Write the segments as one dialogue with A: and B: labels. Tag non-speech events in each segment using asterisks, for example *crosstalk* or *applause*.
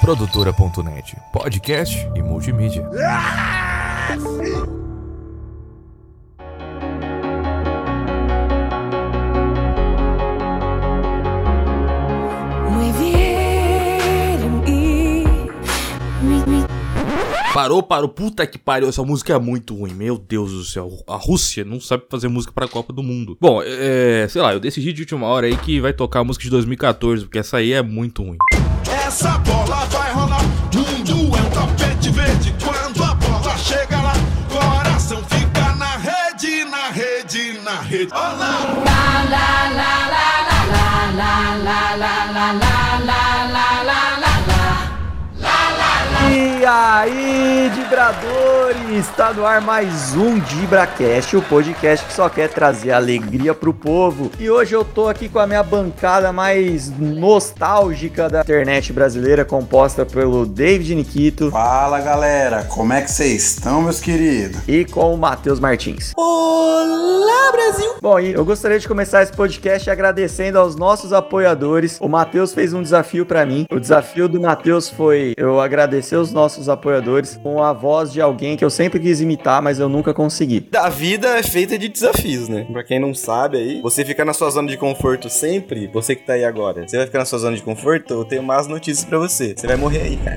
A: Produtora.net, podcast e multimídia.
B: Мы верим и... ми- ми-
C: Parou, parou. Puta que pariu. Essa música é muito ruim. Meu Deus do céu. A Rússia não sabe fazer música pra Copa do Mundo. Bom, é. Sei lá, eu decidi de última hora aí que vai tocar a música de 2014, porque essa aí é muito ruim.
D: Essa bola vai rolar. Mundo é um tapete verde. Quando a bola chega lá, coração fica na rede, na rede, na rede. Olá!
E: E aí, Dibradores! Está no ar mais um DibraCast, o podcast que só quer trazer alegria pro povo. E hoje eu tô aqui com a minha bancada mais nostálgica da internet brasileira, composta pelo David Nikito
F: Fala galera, como é que vocês estão, meus queridos?
E: e com o Matheus Martins. Olá, Brasil! Bom, e eu gostaria de começar esse podcast agradecendo aos nossos apoiadores. O Matheus fez um desafio pra mim. O desafio do Matheus foi eu agradecer os nossos apoiadores com a voz de alguém que eu sempre quis imitar, mas eu nunca consegui.
G: A vida é feita de desafios, né? Pra quem não sabe aí, você fica na sua zona de conforto sempre, você que tá aí agora. Você vai ficar na sua zona de conforto, eu tenho más notícias pra você. Você vai morrer aí, cara.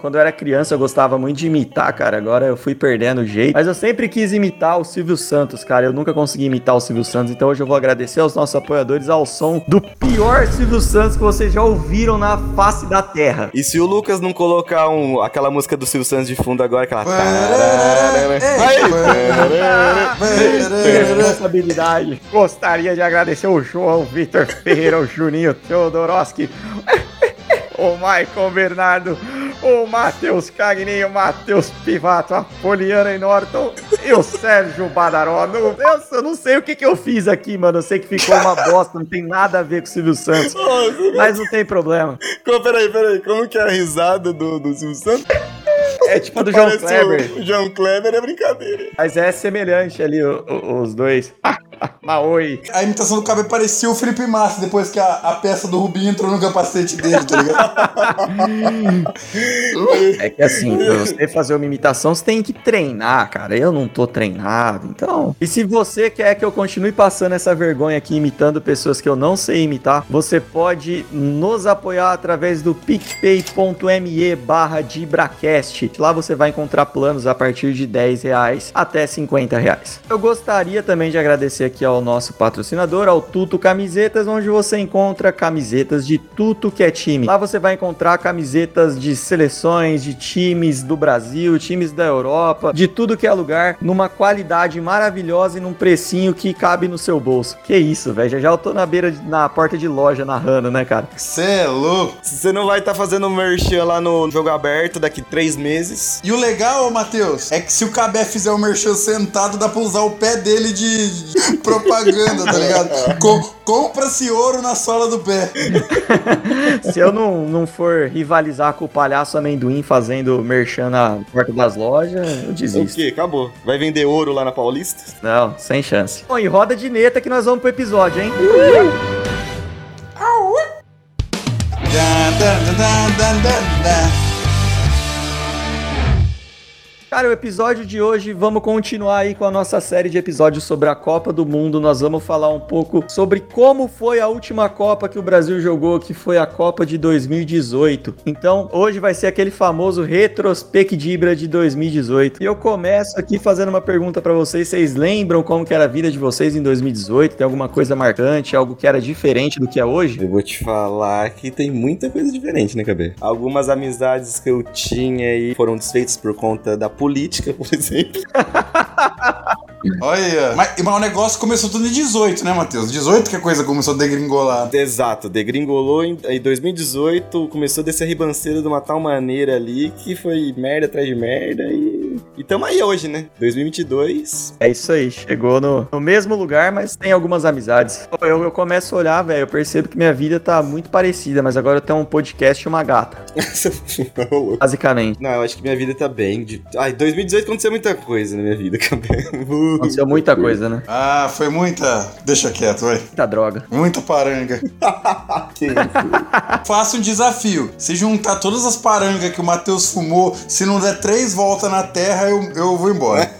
E: Quando eu era criança, eu gostava muito de imitar, cara. Agora eu fui perdendo o jeito. Mas eu sempre quis imitar o Silvio Santos, cara. Eu nunca consegui imitar o Silvio Santos. Então hoje eu vou agradecer aos nossos apoiadores ao som do pior Silvio Santos que vocês já ouviram na face da terra.
G: E se o Lucas não colocar um, aquela música do Silvio Santos de fundo agora, aquela.
E: responsabilidade. Gostaria de agradecer o João Vitor Ferreira, o Juninho Teodoroski, o Maicon Bernardo, o Matheus Cagninho, o Matheus Pivato, a Poliana e Norton e o Sérgio Badaró. Meu Deus, eu não sei o que, que eu fiz aqui, mano. Eu sei que ficou uma bosta, não tem nada a ver com o Silvio Santos. Mas não tem problema.
G: Como- Peraí, peraí, como que é a risada do, do Silvio Santos?
E: É tipo a do João
G: Parece o-
E: Kleber.
G: O João Kleber é brincadeira.
E: Mas é semelhante ali o- o- os dois. *laughs* Maoi.
F: A imitação do cabelo parecia o Felipe Massa depois que a, a peça do Rubinho entrou no capacete dele, tá ligado?
E: É que assim, pra você fazer uma imitação, você tem que treinar, cara. Eu não tô treinado, então. E se você quer que eu continue passando essa vergonha aqui imitando pessoas que eu não sei imitar, você pode nos apoiar através do picpay.me barra Dibracast. Lá você vai encontrar planos a partir de 10 reais até 50 reais. Eu gostaria também de agradecer aqui ao nosso patrocinador, ao Tuto Camisetas, onde você encontra camisetas de tudo que é time. Lá você vai encontrar camisetas de seleções, de times do Brasil, times da Europa, de tudo que é lugar, numa qualidade maravilhosa e num precinho que cabe no seu bolso. Que isso, velho. Já já eu tô na beira, de- na porta de loja narrando, né, cara? *laughs*
F: Cê é louco.
G: Você não vai estar fazendo merchan lá no jogo aberto daqui três meses.
F: E o legal, ô, Matheus, é que se o Cabé fizer o merchan sentado, dá pra usar o pé dele de de propaganda, tá ligado? Com- Compra-se ouro na sola do pé.
E: Se eu não, não for rivalizar com o palhaço amendoim fazendo merchan na porta das lojas, eu
G: O
E: desisto.
G: quê? Acabou. Vai vender ouro lá na Paulista?
E: Não, sem chance. Bom, e roda de neta que nós vamos pro episódio, hein?
F: Dan, dan, dan, dan, dan, dan.
E: Cara, o episódio de hoje, vamos continuar aí com a nossa série de episódios sobre a Copa do Mundo. Nós vamos falar um pouco sobre como foi a última Copa que o Brasil jogou, que foi a Copa de 2018. Então, hoje vai ser aquele famoso Retrospect Dibra de 2018. E eu começo aqui fazendo uma pergunta pra vocês. Vocês lembram como que era a vida de vocês em 2018? Tem alguma coisa marcante, algo que era diferente do que é hoje?
G: Eu vou te falar que tem muita coisa diferente, né, KB? Algumas amizades que eu tinha aí foram desfeitas por conta da política, *laughs* por exemplo.
F: Olha. Mas, mas o negócio começou tudo em 18, né, Matheus? 18 que a coisa começou a degringolar.
G: Exato, degringolou em, em 2018, começou a descer a ribanceira de uma tal maneira ali que foi merda atrás de merda e E tamo aí hoje, né? 2022.
E: É isso aí, chegou no, no mesmo lugar, mas tem algumas amizades. Pô, Eu, eu começo a olhar, velho, eu percebo que minha vida tá muito parecida, mas agora eu tenho um podcast e uma gata,
G: *laughs* Ô, louco.
E: basicamente.
G: Não, eu acho que minha vida tá bem. de- Ai, 2018 aconteceu muita coisa na minha vida, *laughs* cabelo.
E: Aconteceu muita coisa, né?
F: Ah, foi muita. Deixa quieto, vai.
E: Muita droga.
F: Muita paranga. Faça um desafio. Se juntar todas as parangas que o Matheus fumou, se não der três voltas na terra, eu, eu vou embora.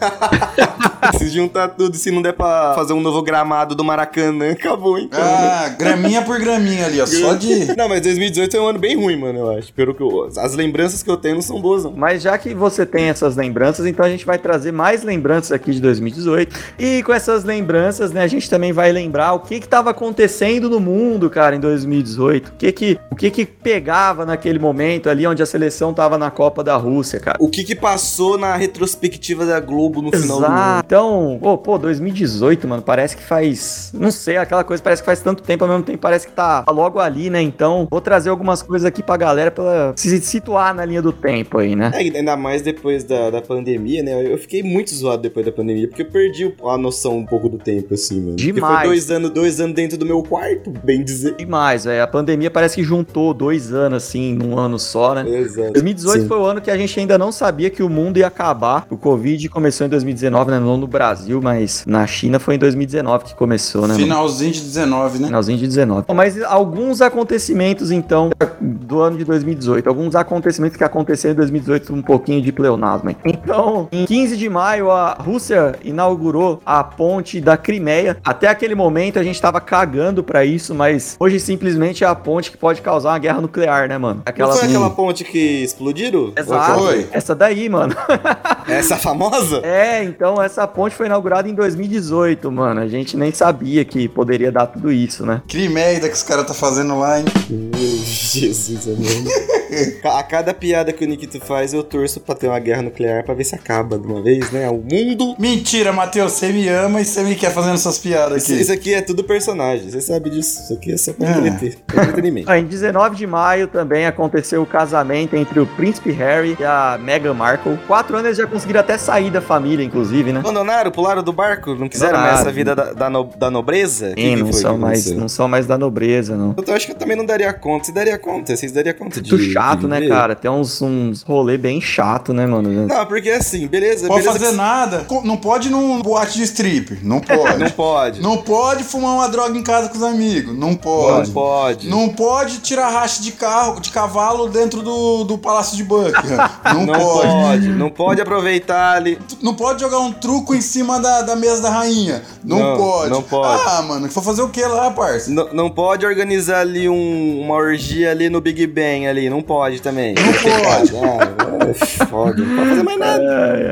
G: Se juntar tudo, se não der pra fazer um novo gramado do Maracanã, acabou, então. né?
F: Ah, graminha por graminha ali, ó. Só de.
G: Não, mas 2018 foi um ano bem ruim, mano, eu acho. Pelo que eu... As lembranças que eu tenho não são boas, não.
E: Mas já que você tem essas lembranças, então a gente vai trazer mais lembranças aqui de 2018. E com essas lembranças, né, a gente também vai lembrar o que que tava acontecendo no mundo, cara, em 2018. O que que, o que, que pegava naquele momento ali onde a seleção tava na Copa da Rússia, cara.
G: O que que passou na retrospectiva da Globo no final do ano?
E: Exato. Então, pô, pô, 2018, mano, parece que faz. Não sei, aquela coisa parece que faz tanto tempo, ao mesmo tempo parece que tá tá logo ali, né? Então, vou trazer algumas coisas aqui pra galera pra ela se situar na linha do tempo aí, né?
G: É, ainda mais depois da, da pandemia, né? Eu fiquei muito zoado depois da pandemia, porque eu perdi a noção um pouco do tempo, assim, mano. Porque
E: Demais.
G: foi dois anos, dois anos dentro do meu quarto, bem dizer.
E: Demais, velho. A pandemia parece que juntou dois anos, assim, num ano só, né?
G: Exato.
E: 2018 foi o ano que a gente ainda não sabia que o mundo ia acabar. O Covid começou em 2019, né? Não no Brasil, mas na China foi em 2019 que começou, né? mano?
F: Finalzinho de 19, né?
E: Finalzinho de 19. Bom, Mas alguns acontecimentos, então, do ano de 2018. Alguns acontecimentos que aconteceram em 2018, um pouquinho de pleonasmo. hein? Então, em 15 de maio, a Rússia inaugurou a ponte da Crimeia. Até aquele momento, a gente tava cagando pra isso, mas hoje simplesmente é a ponte que pode causar uma guerra nuclear, né, mano?
G: Não
E: Aquela...
G: foi aquela ponte que explodiram?
E: Exato.
F: Foi.
E: Essa daí, mano.
G: Essa famosa?
E: É, então essa ponte foi inaugurada em 2018, mano. A gente nem sabia que poderia dar tudo isso, né?
F: Crimeida que os caras tá fazendo lá, hein?
G: Meu Jesus, amor. *laughs* A cada piada que o Nikito faz, eu torço pra ter uma guerra nuclear pra ver se acaba de uma vez, né? O mundo.
F: Mentira, Matheus, você me ama e você me quer fazendo essas piadas
G: Isso,
F: aqui.
G: isso aqui é tudo personagem, você sabe disso. Isso aqui é só pra
F: Ah.
G: entreter. pra entretenimento.
E: Ah, Em 19 de maio também aconteceu o casamento entre o príncipe Harry e a Meghan Markle. Quatro anos eles já conseguiram até sair da família, inclusive, né?
G: Abandonaram, pularam do barco? Não quiseram
E: Abandonaram.
G: mais essa vida da, da, no- da nobreza? Que
E: Sim,
G: que
E: não
G: foi
E: são
G: que
E: mais,
G: aconteceu?
E: não são mais da nobreza, não.
G: Eu acho que eu também não daria conta. Você daria conta? Vocês dariam conta de.
E: Muito chato,
G: de
E: né,
G: viver?
E: cara? Tem uns, uns rolê bem chato, né, mano?
G: Não, porque assim, beleza.
F: Não pode
G: beleza
F: fazer
G: que-
F: nada. Co- Não pode ir num boate de strip. Não
G: *laughs*
F: pode.
G: Não pode.
F: Não pode fumar uma droga em casa com os amigos. Não pode.
G: Não pode.
F: Não pode tirar racha de carro, de cavalo dentro do, do Palácio de
G: *laughs*
F: Buckingham. Não,
G: Não
F: pode.
G: pode. Não pode aproveitar ali.
F: Não pode jogar um truco em cima da, da mesa da rainha. Não,
G: Não,
F: pode.
G: não pode.
F: Ah, mano, foi fazer o que lá, parça?
G: N- não pode organizar ali um- uma orgia ali no Big Bang ali, não pode também. Não
F: pode.
G: ah, é foda, não pode fazer mais nada.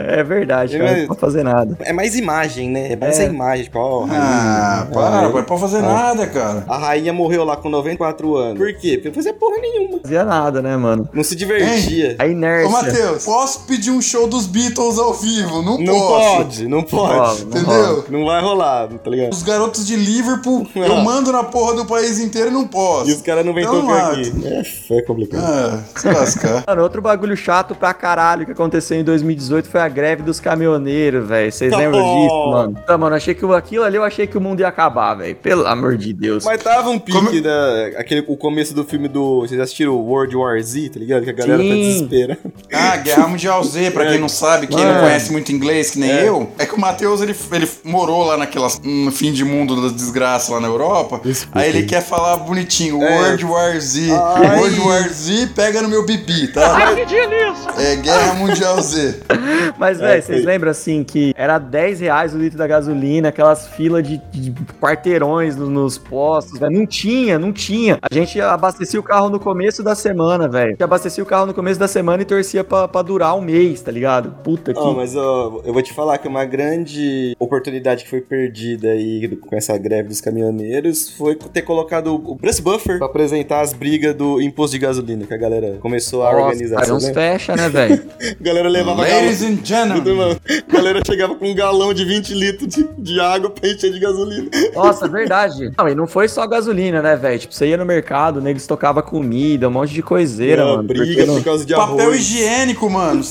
E: É, é verdade,
G: É
E: cara. Não
G: mesmo.
E: pode fazer nada.
G: É mais imagem, né? É mais a imagem, tipo, ó,
F: Ah,
G: rainha,
F: para,
G: ah,
F: não pode fazer nada, cara.
G: A rainha morreu lá com 94 anos. Por quê? Porque não fazia porra nenhuma. É.
E: Não fazia nada, né, mano?
G: Não se divertia.
E: A
F: Ô,
E: inércia.
F: Matheus, posso pedir um show dos Beatles ao vivo? Não,
G: Não
F: posso.
G: pode, não
E: rola,
G: pode.
E: não rola.
F: Entendeu?
G: Não vai rolar, tá ligado?
F: Os garotos de Liverpool,
G: Ah.
F: eu mando na porra do país inteiro e não posso.
G: E os caras não vêm
F: Então,
G: tocar
F: Mato.
G: aqui. É, é complicado.
F: Ah, se lascar.
E: Mano, outro bagulho chato pra caralho que aconteceu em 2018 foi a greve dos caminhoneiros, velho. Vocês lembram
G: Oh.
E: disso, mano? Tá, mano, achei que o- aquilo ali eu achei que o mundo ia acabar, velho. Pelo amor de Deus.
G: Mas tava um pique
F: Como-
G: da. Aquele, o começo do filme do. Vocês assistiram World War Z, tá ligado? Que a galera tá
E: Sim.
G: desesperada.
F: Ah, Guerra Mundial Z, pra quem não sabe, quem não
E: Mano.
F: conhece muito inglês, que nem
G: É.
F: eu, é que o Matheus, ele, ele morou lá naquelas hum, fim de mundo da desgraça lá na Europa,
G: Explica
F: aí ele
G: aí.
F: quer falar bonitinho,
G: É.
F: World War Z,
G: Ai.
F: World War Z, pega no meu bibi, tá? Ai, que nisso! É Guerra Mundial Z.
G: *laughs*
E: Mas, velho,
G: foi.
E: vocês lembram assim que era 10 reais o litro da gasolina, aquelas filas de, de quarteirões no- nos postos, velho. Não tinha, não tinha. A gente abastecia o carro no começo da semana, velho. A gente abastecia o carro no começo da semana e torcia pra, pra durar um mês, tá ligado? Puta que.
G: Ó, Ah, mas ó, eu vou te falar que uma grande oportunidade que foi perdida aí com essa greve dos caminhoneiros foi ter colocado o Bruce Buffer pra apresentar as brigas do imposto de gasolina que a galera começou a organizar.
E: cara, uns
G: sabe?
E: fecha, né, velho?
G: A galera levava
F: Ladies
G: galão.
F: and
G: Tudo,
F: gentlemen,
G: mano. A galera chegava com um galão de 20 litros de, de água pra encher de gasolina.
E: Nossa, é verdade. *laughs* Não, e não foi só gasolina, né, velho? Tipo, você ia no mercado, né, eles tocavam comida, um monte de coiseira,
G: Era
E: mano.
G: briga
E: porque não-
G: por causa de
F: papel
G: arroz. *laughs*
F: higiênico, mano.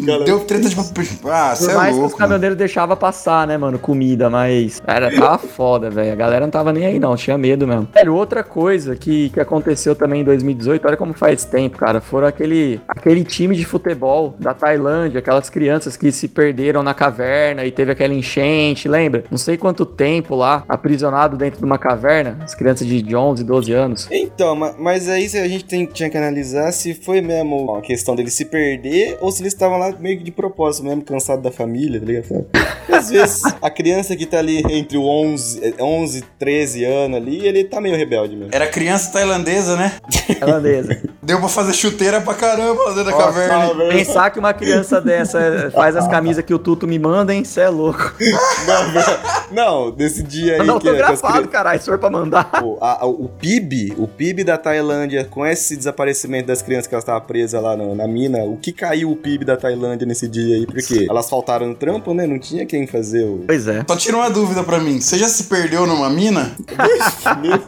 G: galera.
F: Deu treta de. Ah,
E: Por
F: você é
E: mais que os
F: louco.
E: caminhoneiros deixavam passar, né, mano? Comida, mas. Cara, tava foda, velho. A galera não tava nem aí, não. Tinha medo mesmo. Velho, outra coisa que, que aconteceu também em 2018, olha como faz tempo, cara. Foram aquele, aquele time de futebol da Tailândia, aquelas crianças que se perderam na caverna e teve aquela enchente, lembra? Não sei quanto tempo lá, aprisionado dentro de uma caverna. As crianças de 11, 12 anos.
G: Então, ma- mas aí a gente tem- tinha que analisar se foi mesmo a questão dele se perder ou se eles estavam lá meio que de propósito mesmo, cansado da família, tá ligado? Às vezes a criança que tá ali entre o 11, eh, 11 13 anos ali, ele tá meio rebelde mesmo.
F: Era criança tailandesa, né?
E: Tailandesa.
F: Deu pra fazer chuteira pra caramba lá dentro da caverna.
E: Pensar que uma criança dessa eh, faz as camisas que o Tuto me manda, hein? Cê é louco.
G: Não, velho. *laughs* Não, desse dia aí
E: Tá
G: que, que as
E: autografado,
G: crianças-
E: caralho, se for pra mandar.
G: o, a- a- o PIB, o PIB da Tailândia, com esse desaparecimento das crianças que elas estavam presas lá na, na mina, o que caiu o PIB da Tailândia nesse dia aí? Porque elas faltaram no trampo, né? Não tinha quem fazer o.
E: Pois é.
F: Só tira uma dúvida pra mim. Você já se perdeu numa mina?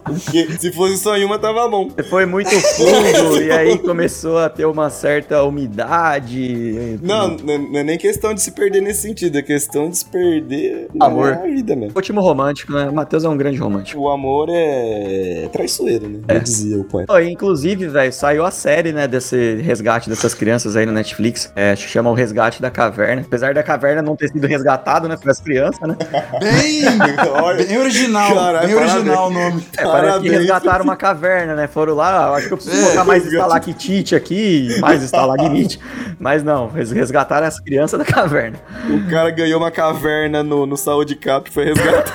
G: Porque se fosse só em uma, tava bom.
E: Foi muito fundo e aí começou a ter uma certa umidade.
G: Não, n- não é nem questão de se perder nesse sentido, é questão de se perder na
E: Amor.
G: na vida mesmo.
E: Último romântico, né? O Matheus é um grande romântico.
G: O amor é traiçoeiro, né? Eu dizia o poeta. *laughs*
E: Ó, e inclusive, velho, saiu a série, né, desse resgate dessas crianças aí no Netflix. É, acho que chama O Resgate da Caverna. Apesar da caverna não ter sido resgatado, né, foi as crianças, né?
F: Bem,
G: Olha.
F: bem original.
G: Caralho,
F: bem original o nome.
E: É, parece que
G: Parabéns.
E: resgataram uma caverna, né? Foram lá, acho que eu preciso colocar mais estalactite aqui, mais estalagmite. Mas não, eles resgataram as crianças da caverna.
G: O cara ganhou uma caverna no, no Saúde Cap e foi *laughs* resgatado.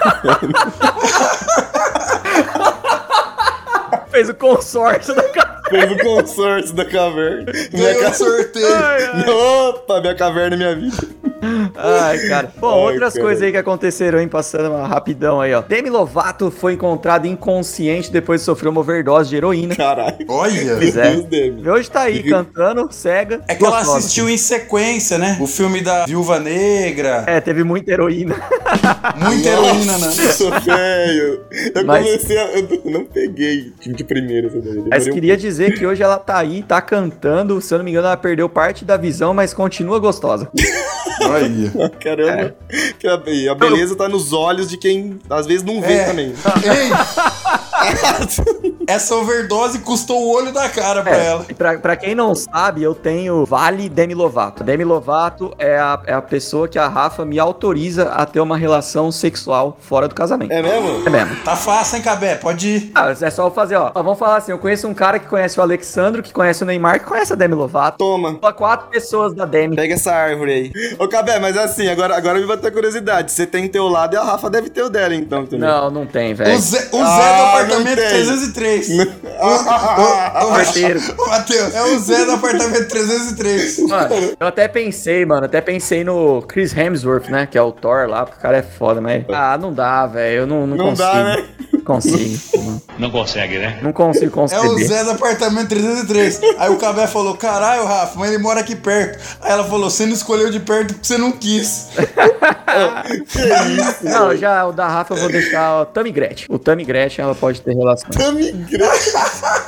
E: Fez o consórcio da caverna.
G: Fez o consórcio da caverna. Minha
F: Ganhou
G: ca-
F: um sorteio.
G: Opa, minha caverna, é minha vida.
E: Ai, cara. Bom,
G: Ai,
E: outras
G: cara.
E: coisas aí que aconteceram, hein? Passando uma rapidão aí, ó. Demi Lovato foi encontrado inconsciente depois de sofrer uma overdose de heroína.
G: Caralho.
F: Olha.
E: Pois é.
G: Deus dele.
E: E Hoje tá aí cantando, cega.
F: É que ela
E: gostosa.
F: assistiu em sequência, né? O filme da Viúva Negra.
E: É, teve muita heroína.
F: Muita heroína, né?
G: Nossa, sou feio. Eu
E: Mas-
G: comecei a... Eu não peguei tipo, de primeira. essa daí.
E: Mas
G: Demorei um
E: queria dizer que hoje ela tá aí, tá cantando. Se eu não me engano, ela perdeu parte da visão, mas continua gostosa.
F: Olha.
G: Caramba.
E: É.
G: Que a, e
E: Então,
G: a beleza tá nos olhos de quem às vezes não vê
F: É.
G: também.
F: Ei! Essa overdose custou o olho da cara pra ela.
E: É, e pra, pra quem não sabe, eu tenho Vale Demi Lovato. Demi Lovato é a, é a pessoa que a Rafa me autoriza a ter uma relação sexual fora do casamento.
G: É mesmo?
E: é mesmo.
F: Tá fácil, hein, Cabé? Pode ir.
E: Ah, é só eu fazer, ó. Ó, Vamos falar assim: eu conheço um cara que conhece o Alexandro, que conhece o Neymar, que conhece a Demi Lovato.
G: Toma.
E: Só quatro pessoas da Demi.
G: Pega essa árvore aí. Ô, Cabé, mas assim, agora, agora me bateu a curiosidade. Você tem teu lado e a Rafa deve ter o dela, então, também.
E: Não, não tem,
F: O
E: velho.
F: Zé, o Zé
G: Ah,
F: do
G: não
F: apartamento
G: tem.
F: 303.
G: Ah,
F: Ô,
E: Parceiro.
F: ô, Matheus, é o Zé do apartamento 303.
E: Mano, eu até pensei, mano, até pensei no Chris Hemsworth, né? Que é o Thor lá, porque o cara é foda, mas. Ah, não dá, velho. Eu não, não,
G: Não
E: consigo.
G: dá, né?
E: Não Consigo. não.
H: Não consegue, né?
E: Não consigo
F: É o
E: conceber.
F: Zé do apartamento 303. Aí o Cabé falou: Caralho, Rafa, mas ele mora aqui perto. Aí ela falou: Você não escolheu de perto porque você não quis.
E: não, já o da Rafa eu vou deixar o Tammy Gretchen. O Tammy Gretchen, ela pode ter relação.
G: *laughs*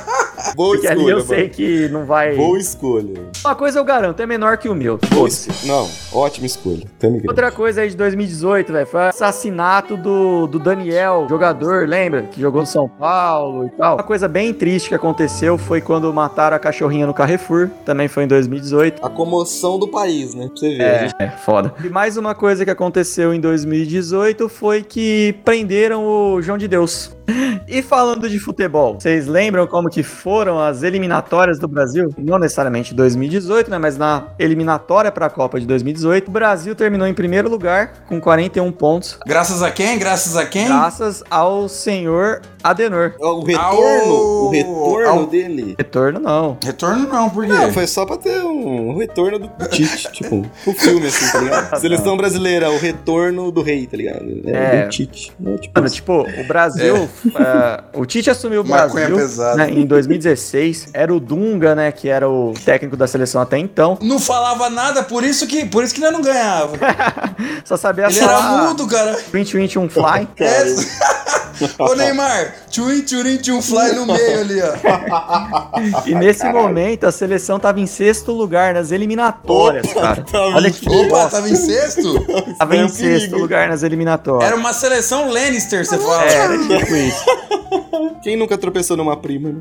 G: Boa
E: Porque ali
G: escolha,
E: eu
G: mano.
E: sei que é não vai.
G: Boa escolha.
E: Uma coisa eu garanto, é menor que o meu. Foda-se.
G: Não, ótima escolha. Tamo grande.
E: Outra coisa aí de 2018, velho, foi o assassinato do, do Daniel, jogador, lembra? Que jogou no São Paulo e tal. Uma coisa bem triste que aconteceu foi quando mataram a cachorrinha no Carrefour, também foi em 2018.
G: A comoção do país, né? Pra você ver. A gente-
E: É, foda. E mais uma coisa que aconteceu em 2018 foi que prenderam o João de Deus. *laughs* E falando de futebol, vocês lembram como que foram as eliminatórias do Brasil? Não necessariamente 2018, né? Mas na eliminatória para a Copa de 2018, o Brasil terminou em primeiro lugar com 41 pontos,
F: Graças a quem? Graças a
E: É?
F: quem?
E: graças ao senhor Adenor.
G: O retorno,
F: Au!
G: o retorno
F: Au!
G: dele.
E: Retorno não.
F: Retorno não, por quê?
G: Não, Ah, foi só pra ter um retorno do do Tite, *laughs* tipo, o filme, assim, tá
E: *laughs*
G: ligado? Seleção brasileira, o retorno do rei, tá ligado?
E: É.
G: do Tite. né? Tipo,
E: Mano, tipo, o Brasil. eh, o Tite assumiu o
F: É. Maconha
E: Brasil
F: pesada.
E: né, em 2016. Era o Dunga, né? Que era o técnico da seleção até então.
F: Não falava nada, por isso que, por isso que nós
E: *laughs*
F: não ganhava.
E: É Só sabia
F: Ele era
E: falar
F: mudo, cara.
E: 2021 Fly.
F: É, *laughs* Ô Neymar, tchum, tchurim, tchum, fly no meio
E: *laughs*
F: ali, ó.
E: E nesse momento a seleção tava em sexto lugar nas eliminatórias, cara.
F: tá
E: Olha que
F: Opa,
E: bosta.
F: tava em sexto?
E: Tava
G: é
E: em
G: um
E: sexto
G: perigo.
E: lugar nas eliminatórias.
F: Era uma seleção Lannister, você fala.
E: É, era tipo isso. tipo-
G: Quem nunca tropeçou numa prima? né?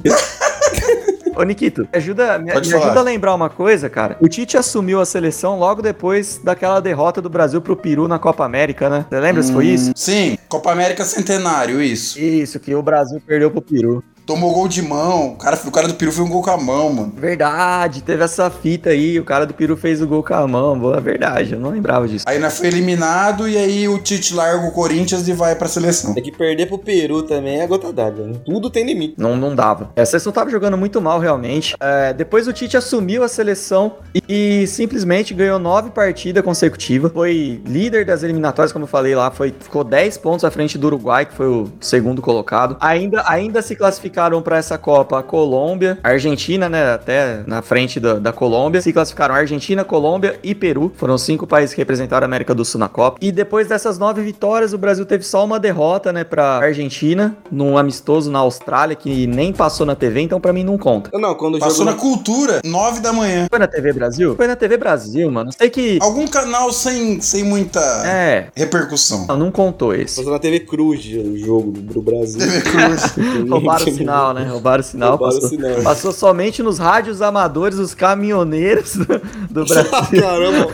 E: Ô, Nikito, ajuda, me,
F: Pode
E: me
F: falar.
E: ajuda a lembrar uma coisa, cara. O Tite assumiu a seleção logo depois daquela derrota do Brasil pro Peru na Copa América, né? Você lembra se foi
F: Hum,
E: isso?
F: Sim, Copa América Centenário, isso.
E: Isso, que o Brasil perdeu pro Peru.
F: Tomou gol de mão. O cara, o cara do Peru foi um gol com a mão, mano.
E: Verdade, teve essa fita aí. O cara do Peru fez o gol com a mão. Boa, verdade, eu não lembrava disso.
F: Aí nós foi eliminado e aí o Tite larga o Corinthians e vai pra seleção.
G: É que perder pro Peru também é gota d'água. Né? Tudo tem limite.
E: Não, não dava. É, a seleção tava jogando muito mal, realmente. É, depois o Tite assumiu a seleção e, e simplesmente ganhou nove partidas consecutivas. Foi líder das eliminatórias, como eu falei lá. Foi, ficou 10 pontos à frente do Uruguai, que foi o segundo colocado. Ainda, ainda se classificaram para essa Copa a Colômbia, a Argentina, né? Até na frente da, da Colômbia. Se classificaram Argentina, Colômbia e Peru. Foram cinco países que representaram a América do Sul na Copa. E depois dessas nove vitórias, o Brasil teve só uma derrota, né, pra Argentina, num amistoso na Austrália, que nem passou na TV, então pra mim não conta.
G: Não, quando o
F: Passou
G: jogo...
F: na cultura, 9 da manhã.
E: Foi na TV Brasil? Foi na TV Brasil, mano. Sei que.
F: Algum canal sem, sem muita
E: É.
F: repercussão.
E: Não, não contou esse.
G: Passou na TV Cruz o jogo do- do Brasil. *laughs*
F: TV Cruz.
E: Roubaram o sinal, né? Roubaram o sinal.
G: Roubaram o
E: passou,
G: sinal. *laughs*
E: passou somente nos rádios amadores, os caminhoneiros do- do
G: *laughs*
E: Brasil.
G: Caramba.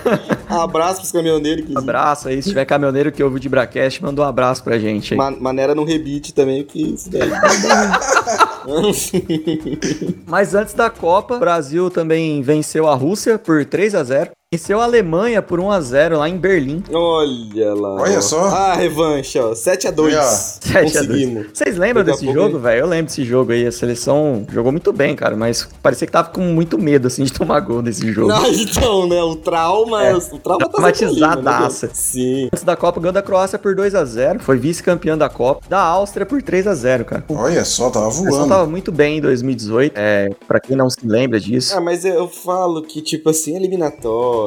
G: Abraço pros caminhoneiros,
E: Um
G: inclusive.
E: abraço aí, se tiver caminhoneiro que ouve o Dibracast, manda um abraço pra gente aí.
G: Ma- Maneira não rebite também, que
E: *laughs*
G: isso daí.
E: Mas antes da Copa, o Brasil também venceu a Rússia por 3 a 0 venceu a Alemanha por 1 a 0 lá em Berlim.
G: Olha lá.
F: Olha
G: ó.
F: só.
G: Ah, revanche, ó. 7x2.
F: Aí, ó.
E: 7 a 2.
G: Conseguimos.
E: Vocês lembram
G: Daqui a
E: desse
G: pouco
E: jogo, velho? Eu lembro desse jogo aí. A seleção jogou muito bem, cara, mas parecia que tava com muito medo, assim, de *laughs* tomar gol nesse jogo. É.
G: Não, então, né? O trauma. O trauma tá
E: Traumatizadaça.
G: sempre ali, né? Sim.
E: Antes da Copa, ganhou da Croácia por 2 a 0 Foi vice-campeão da Copa. Da Áustria por 3 a 0 cara. O
F: *laughs* Olha só, tava
E: seleção
F: voando.
E: tava muito bem em 2018. É, pra quem não se lembra disso.
G: Ah, mas eu falo que, tipo assim, eliminatória,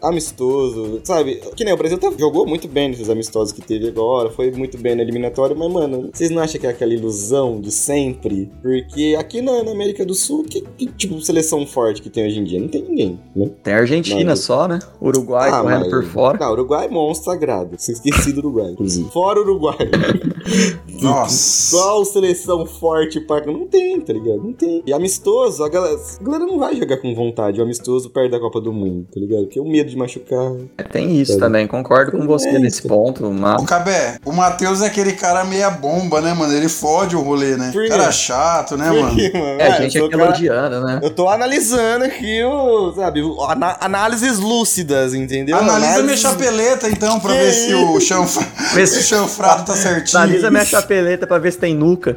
G: amistoso, sabe? Que nem o Brasil tá- jogou muito bem nesses amistosos que teve agora, foi muito bem na eliminatória, mas, mano, vocês não acham que é aquela ilusão de sempre? Porque aqui na, na América do Sul, que, que, tipo, seleção forte que tem hoje em dia? Não tem ninguém, né?
E: Tem a Argentina
G: Não.
E: só, né? Uruguai
G: Ah,
E: correndo
G: mas-
E: por fora.
G: Não, Uruguai é monstro sagrado. Você esqueci do Uruguai, inclusive. Fora
E: *laughs*
G: o Uruguai.
F: Nossa.
G: Qual seleção forte pra. Não tem, tá ligado? Não tem. E amistoso, a galera, a galera não vai jogar com vontade. O amistoso perto da Copa do Mundo, tá ligado? Porque o medo de machucar.
E: É, Tem isso também, concordo com você
G: Tem
E: nesse
G: É isso.
E: ponto,
F: Ô,
E: mas
F: Cabé, o Matheus é aquele cara meia bomba, né, mano? Ele fode o rolê, né?
G: Por quê?
F: Cara chato, né, mano?
G: *laughs* Porque, mano,
E: é, a
G: ah,
E: gente
G: eu
E: é
G: sou cara-
E: odiando, né?
G: Eu tô analisando aqui o. Sabe? o- ana- análises lúcidas, entendeu?
F: Analisa
G: Análises-
F: minha chapeleta, então, pra
G: Que
F: ver se
G: isso?
F: o chanf-
E: Vê
F: *laughs* se o
G: *laughs*
E: se-
F: chanfrado tá certinho.
E: Analisa minha chapeleta pra ver se tem nuca.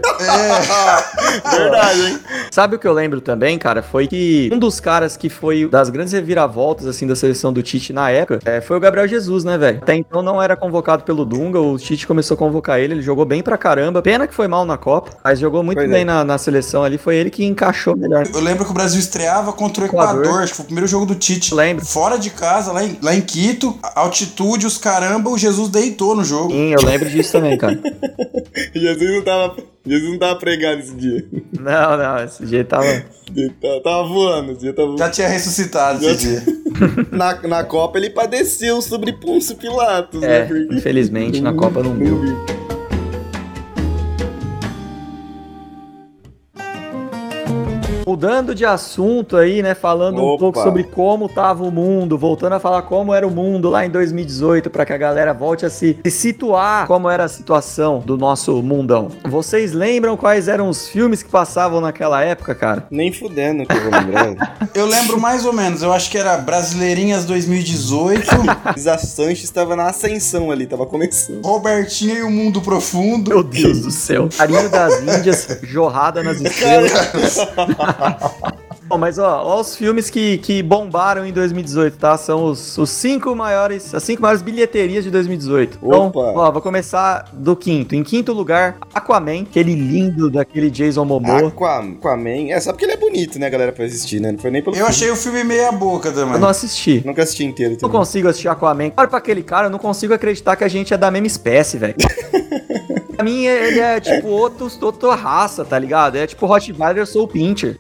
E: *laughs*
G: Verdade, hein?
E: Sabe o que eu lembro também, cara? Foi que um dos caras que foi das grandes reviravoltas, assim, da seleção do Tite na época, é, foi o Gabriel Jesus, né, velho? Até então não era convocado pelo Dunga, o Tite começou a convocar ele, ele jogou bem pra caramba. Pena que foi mal na Copa, mas jogou muito
G: Pois é.
E: bem na, na seleção ali, foi ele que encaixou melhor.
F: Eu lembro que o Brasil estreava contra o
E: Equador.
F: Equador, acho que foi o primeiro jogo do Tite.
E: Eu lembro.
F: Fora de casa, lá em, lá em Quito, a- altitude, os caramba, o Jesus deitou no jogo.
E: Sim, eu lembro disso também, cara.
G: *laughs* Jesus não tava. Jesus não tava pregado esse dia.
E: Não, não, esse jeito tava.
G: Ele tá- tava voando, esse dia tava
E: Tá
G: voando.
F: Já tinha ressuscitado
G: Já-
F: esse dia.
G: Na, na Copa ele padeceu sobre Pôncio Pilatos, né?
E: É,
G: Porque-
E: infelizmente na Copa não deu. Mudando de assunto aí, né? Falando um
G: Opa.
E: pouco sobre como tava o mundo, voltando a falar como era o mundo lá em 2018, pra que a galera volte a se, se situar como era a situação do nosso mundão. Vocês lembram quais eram os filmes que passavam naquela época, cara?
G: Nem fudendo que eu
E: *laughs*
G: vou lembrar.
F: *laughs* Eu lembro mais ou menos, eu acho que era
E: *laughs*
F: Brasileirinhas 2018,
G: Isa Sanches estava na ascensão ali, tava começando.
F: Robertinho e o Mundo Profundo.
E: Meu Deus do céu. Carinho das Índias, Jorrada nas
G: *laughs*
E: Estrelas. Bom, mas ó, ó os filmes que, que bombaram em 2018, tá? São os, os cinco maiores, as cinco maiores bilheterias de 2018. Então,
G: Opa.
E: ó, vou começar do quinto. Em quinto lugar, Aquaman, aquele lindo daquele Jason Momoa.
G: Ah, Aquaman. Aquaman. É só porque ele é bonito, né, galera, pra assistir, né? Não foi nem pelo
F: Eu
G: filme.
F: achei o filme meia boca também.
E: Eu não assisti.
G: Nunca assisti inteiro
E: Não
G: também. *laughs*
E: consigo assistir Aquaman. Olha pra aquele cara, eu não consigo acreditar que a gente é da mesma espécie, velho. Pra mim, ele é tipo outro, outra raça, tá ligado? É tipo Rottweiler, eu sou o Pincher.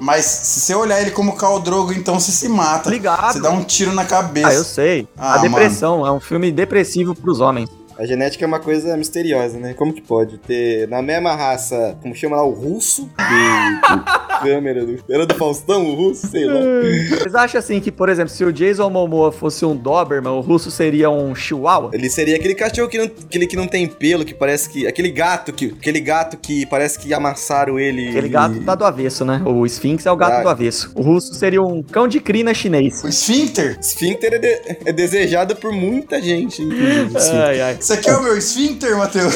F: Mas se você olhar ele como Khal Drogo, então você se mata.
E: Ligado.
F: Você dá um tiro na cabeça.
E: Ah, eu sei.
F: Ah,
E: a depressão é um filme depressivo pros
F: *laughs*
E: homens.
G: *laughs* A genética é uma coisa misteriosa, né? Como que pode ter na mesma raça, como chama lá, o
E: *laughs*
G: russo? Do, do câmera do. Era do Faustão, o russo, sei lá.
E: Vocês acham assim que, por exemplo, se o Jason Momoa fosse um Doberman, o russo seria um Chihuahua?
G: Ele seria aquele cachorro que não, aquele que não tem pelo, que parece que. Aquele gato que. Aquele gato que parece que amassaram ele.
E: Aquele gato tá do avesso, né? O Sphinx é o gato
G: Ah.
E: do avesso. O russo seria um cão de crina chinês.
F: O esfíncter?
G: Esfíncter é, de- é desejado por muita gente, inclusive. esfíncter.
E: Ai, ai.
F: Isso aqui é o meu esfíncter, Matheus?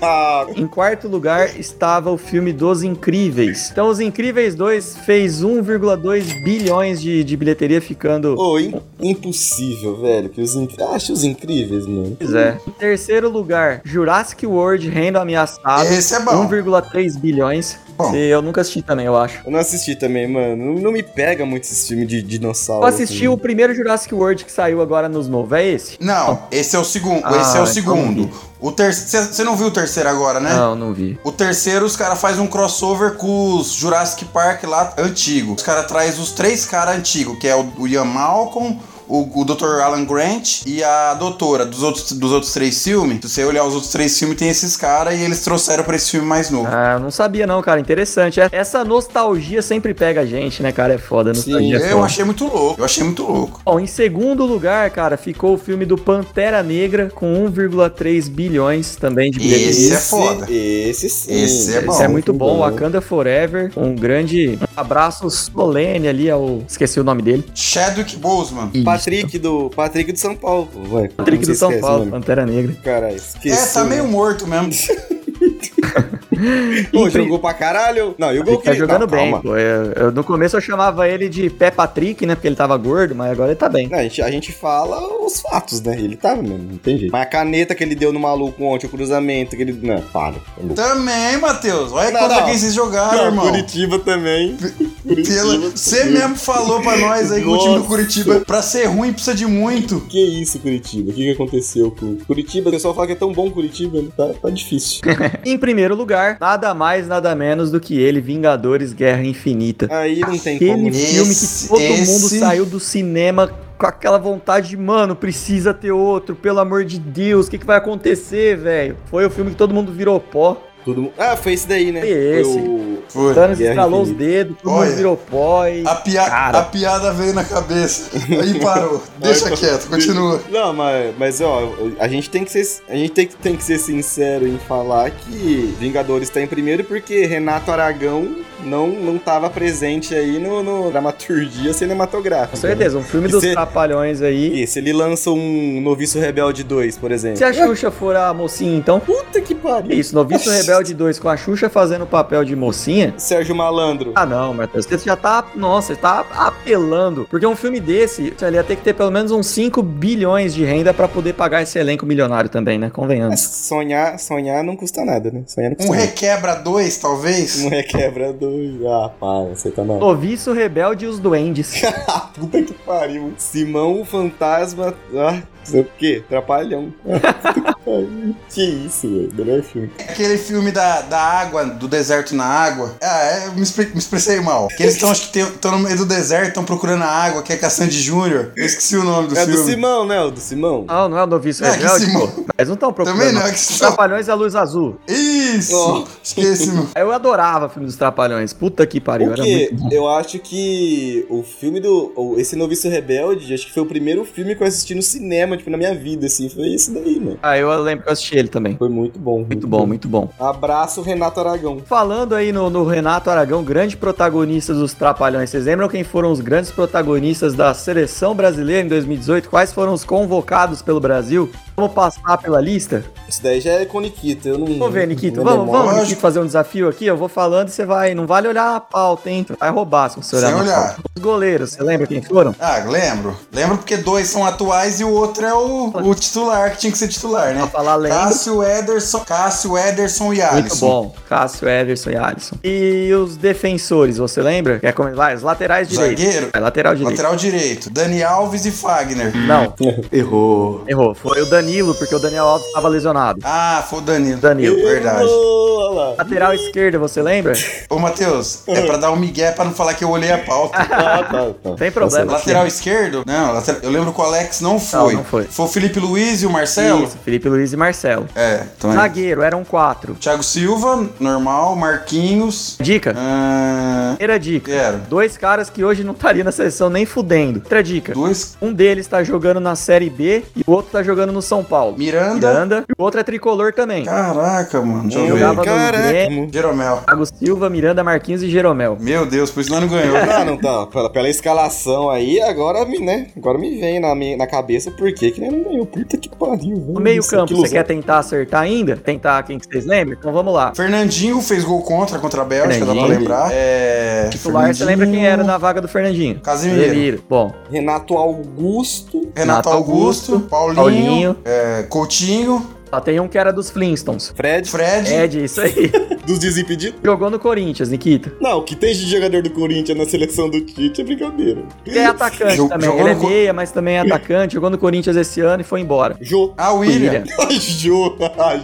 G: Ah,
E: Em quarto lugar estava o filme Dos Incríveis. Então, Os Incríveis 2 fez 1,2 bilhões de, de bilheteria, ficando.
G: Ô, im- impossível, velho. Que os inc... Acho os incríveis, mano.
E: Pois é. Em terceiro lugar, Jurassic World Reino Ameaçado.
F: Esse é bom.
E: 1,3 bilhões.
F: Bom.
E: E eu nunca assisti também, eu acho.
G: Eu não assisti também, mano. Não, não me pega muito esses filmes de dinossauro.
E: Eu assisti
G: assim.
E: o primeiro Jurassic World que saiu agora nos novos. É esse?
F: Não, esse é o segundo.
E: Ah,
F: esse é o
E: então
F: segundo. O terceiro. Você não viu o terceiro agora, né?
E: Não, não vi.
F: O terceiro, os caras fazem um crossover com os Jurassic Park lá antigo. Os caras traz os três caras antigos, que é o, o Ian Malcolm. O, o Dr. Alan Grant e a doutora dos outros, dos outros três filmes. Se você olhar os outros três filmes, tem esses caras e eles trouxeram pra esse filme mais novo.
E: Ah, eu não sabia não, cara. Interessante. É- Essa nostalgia sempre pega a gente, né, cara? É foda.
F: E
E: Nostalgia é
F: eu
E: foda.
F: achei muito louco. Eu achei muito louco.
E: Bom, em segundo lugar, cara, ficou o filme do Pantera Negra com 1,3 bilhões também de bilheteria.
F: Esse é foda.
G: Esse sim.
F: Esse é bom.
E: Isso é muito bom, Wakanda Forever. Um grande abraço solene ali ao. Esqueci o nome dele.
F: Chadwick Boseman.
G: Patrick do, Patrick do São Paulo. pô, Vai,
E: Patrick do São Paulo,
G: Mano.
E: Pantera Negra.
G: Cara, esqueci.
F: É, tá meio morto
E: *laughs*
F: mesmo.
G: Pô,
E: Em pri-
G: jogou pra caralho. Não, e o gol
E: Ele
G: que
E: tá
G: ele-
E: jogando
G: não,
E: bem,
G: calma.
E: pô. Eu- eu- no começo eu chamava ele de Pé Patrick, né? Porque ele tava gordo, mas agora ele tá bem.
G: Não, a, gente, a gente fala os fatos, né? Ele tá mesmo, não tem jeito. Mas a caneta que ele deu no maluco ontem, o cruzamento que ele. Não, para. é louco.
F: Também, Matheus. Olha
G: Não,
F: contra
G: não.
F: quem vocês jogaram,
G: Não,
F: Ah, irmão.
G: Curitiba também.
F: Pela-
G: Curitiba.
F: Você mesmo falou pra nós aí que o time do
G: Nossa.
F: Curitiba, pra ser ruim, precisa de muito.
G: Que isso, Curitiba? O que, que aconteceu com Curitiba? O pessoal fala que é tão bom Curitiba, né? tá, tá difícil.
E: Em primeiro lugar, nada mais, nada menos do que ele, Vingadores Guerra Infinita.
G: Aí não tem
E: Aquele
G: como. né?
F: Esse-
E: filme que todo mundo
F: esse-
E: saiu do cinema com aquela vontade de, mano, precisa ter outro, pelo amor de Deus, o que, que vai acontecer, velho? Foi o filme que todo mundo virou pó.
G: Todo mundo- Ah, foi esse daí, né?
E: Foi esse.
G: Foi o-
F: Foi.
E: Thanos
G: Guerra
E: estralou os
G: Infinita. Ah,
E: dedos, todo
F: Olha.
E: mundo virou pó e.
F: A, pia-
E: Cara.
F: a piada veio na cabeça. Aí parou. Deixa quieto, continua.
G: Não, mas, mas ó, a gente tem que ser, a gente tem, que- tem que ser sincero em falar que Vingadores tá em primeiro porque Renato Aragão não, não tava presente aí no, no dramaturgia cinematográfica.
E: Com certeza, um filme
G: E
E: dos
G: cê-
E: trapalhões aí.
G: E se ele lança um Noviço Rebelde 2, por exemplo.
E: Se a Xuxa for a mocinha, então.
G: Puta que
E: É
G: pariu.
E: isso, Noviço Rebelde 2 com a Xuxa fazendo o papel de mocinha.
G: Sérgio Malandro.
E: Ah, não, Matheus, você já tá, nossa, você tá apelando. Porque um filme desse, ele ia ter que ter pelo menos uns 5 bilhões de renda pra poder pagar esse elenco milionário também, né? Convenhamos.
G: Sonhar, sonhar não custa nada, né? Sonhar não custa
F: Um
G: nada.
F: requebra dois, talvez?
G: Um requebra dois. Ah, para, você tá na.
E: Noviço é Rebelde e os *laughs* Duendes.
G: Tá Puta que pariu. Simão o Fantasma. Ah, sei o quê?
E: *laughs*
G: Trapalhão. Ah, puta que pariu. que isso, velho. Melhor filme.
F: Aquele filme da, da água, do deserto na água. Ah, é, eu me, expre- me expressei mal. Que eles estão, acho que estão no meio do deserto, estão procurando a água, que é Cassandra Júnior. Eu esqueci o nome do
G: é
F: filme.
G: do Simão, né? O do Simão.
E: Não, não é o Noviço
F: É, que
E: Rebelde,
F: esse
E: pô.
F: mo-
E: Mas não estão procurando.
F: Também não, é
E: não.
F: que
E: Os
F: só...
E: Trapalhões e a Luz Azul. Ah,
F: Isso!
G: Oh.
F: Esqueci, meu.
E: Eu adorava o filme dos Trapalhões. Puta que pariu, era
G: Porque
E: muito bom.
G: eu acho que o filme do. o- Esse Noviço Rebelde, acho que foi o primeiro filme que eu assisti no cinema, tipo, na minha vida, assim. Foi esse daí, mano.
E: Ah, eu lembro que eu assisti ele também.
G: Foi muito bom.
E: Muito bom, muito bom.
G: Abraço, Renato Aragão.
E: Falando aí no, no Renato Aragão, grande protagonista dos Trapalhões, vocês lembram quem foram os grandes protagonistas da seleção brasileira em 2018? Quais foram os convocados pelo Brasil? Vamos passar pela lista?
G: Isso daí já é com o Nikita. Eu não.
E: Vamos ver, Nikito.
G: não
E: Vamos,
G: demoro.
E: vamos,
F: Lógico.
E: Nikito, fazer um desafio aqui. Eu vou falando e você vai. Não vale olhar a pauta, hein? Vai roubar se você olhar.
F: Sem
E: na
F: olhar.
E: pauta. Os goleiros, você lembra quem foram?
F: Ah, lembro. Lembro porque dois são atuais e o outro é o, o titular, que tinha que ser titular,
E: Pra
F: né?
E: falar lendo.
F: Cássio Ederson, Cássio Ederson e
E: Muito
F: Alisson.
E: bom. Cássio, Everson e Alisson. E os defensores, você lembra? Quer começar? Vai, os laterais direitos.
F: Zagueiro,
E: Vai, lateral direito. Hum.
F: lateral direito, Dani Alves e Fagner.
E: Não,
G: Errou.
E: errou. Foi o Dani Danilo, porque o Daniel Alves estava lesionado.
F: Ah, foi o Danilo.
E: Danilo.
F: Verdade.
G: Olha lá.
E: Lateral esquerda, você lembra?
F: Ô, Matheus, é pra dar um migué pra não falar que eu olhei a
E: *laughs*
F: pauta.
G: Ah, tá, tá.
E: Tem problema.
F: Lateral esquerdo? Não, lateral- eu lembro que o Alex não foi.
E: é. não foi.
F: o Felipe Luiz e o Marcelo?
E: Isso, Felipe Luiz e Marcelo.
F: É, então é.
E: Zagueiro, eram quatro.
F: Thiago Silva, normal. Marquinhos.
E: Dica?
F: ah,
E: Primeira dica.
F: Quero.
E: Dois caras que hoje não estaria na seleção nem fudendo. Outra dica.
F: dois.
E: Um deles tá jogando na Série B e o outro tá jogando no São Paulo.
F: Miranda.
E: Miranda. E o outro é tricolor também.
F: Caraca, mano. Deixa eu
E: Jogava
F: ver.
E: no
G: Caraca,
E: Grêmio.
G: mano.
F: Jeromel.
E: Thiago Silva, Miranda, Marquinhos e Jeromel.
F: Meu Deus, por isso nós não ganhou.
E: *laughs*
G: Ah, não tá. Pela, pela escalação aí, agora me, né? Agora me vem na, minha, na cabeça por que que não ganhou. Puta que pariu, velho.
F: Hum,
E: No meio
G: Isso,
F: é
E: campo,
G: que
E: você
G: ilusão.
E: quer tentar acertar ainda? Tentar quem que vocês lembram? Então vamos lá.
F: Fernandinho fez gol contra contra a Bélgica, dá pra
E: Fernandinho.
F: lembrar. É.
E: Titular, você lembra quem
F: Fernandinho,
E: era na vaga do Fernandinho?
F: Casimiro.
E: Bom,
G: Renato Augusto.
F: Renato
E: Renato
F: Augusto,
E: Augusto,
F: Paulinho,
E: Paulinho.
F: é, Coutinho,
E: Só tem um que era dos Flintstones.
G: Fred. *laughs*
F: Fred.
E: Ed, é isso
F: *laughs*
E: aí.
G: Dos desimpedidos?
E: Jogou no Corinthians, Nikita.
G: Não, que tem de jogador do Corinthians na seleção do Tite é brincadeira.
E: Ele é atacante
F: Jog-
E: também.
F: jogou
E: Ele é
F: no Cor-
E: meia, mas também é atacante. Jogou no Corinthians esse ano e foi embora.
G: Jô. *laughs*
F: Ah, William.
E: William.
F: *laughs*
G: Jô. ah,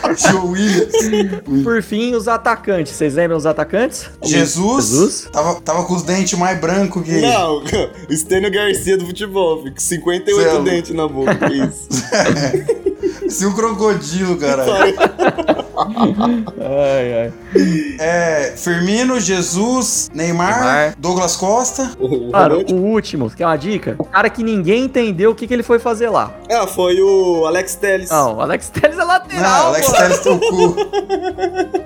G: Jô.
F: Tio
E: *laughs*
F: William.
E: Por fim, os atacantes. Vocês lembram os atacantes?
F: Jesus.
E: Jesus?
F: Tava, tava com os dentes mais brancos que *laughs*
G: Não, o Stênio Garcia do futebol, fica com 58
F: Céu.
G: dentes na boca, que isso.
F: Se um crocodilo, cara.
E: Ai, ai.
F: É, Firmino, Jesus, Neymar,
E: Neymar.
F: Douglas Costa.
E: Mano, o último, quer uma dica? O cara que ninguém entendeu o que, que ele foi fazer lá.
G: Ah, foi o Alex Telles.
E: Não, o Alex Telles é lateral,
F: Não, Alex
E: pô.
F: Telles teu cu.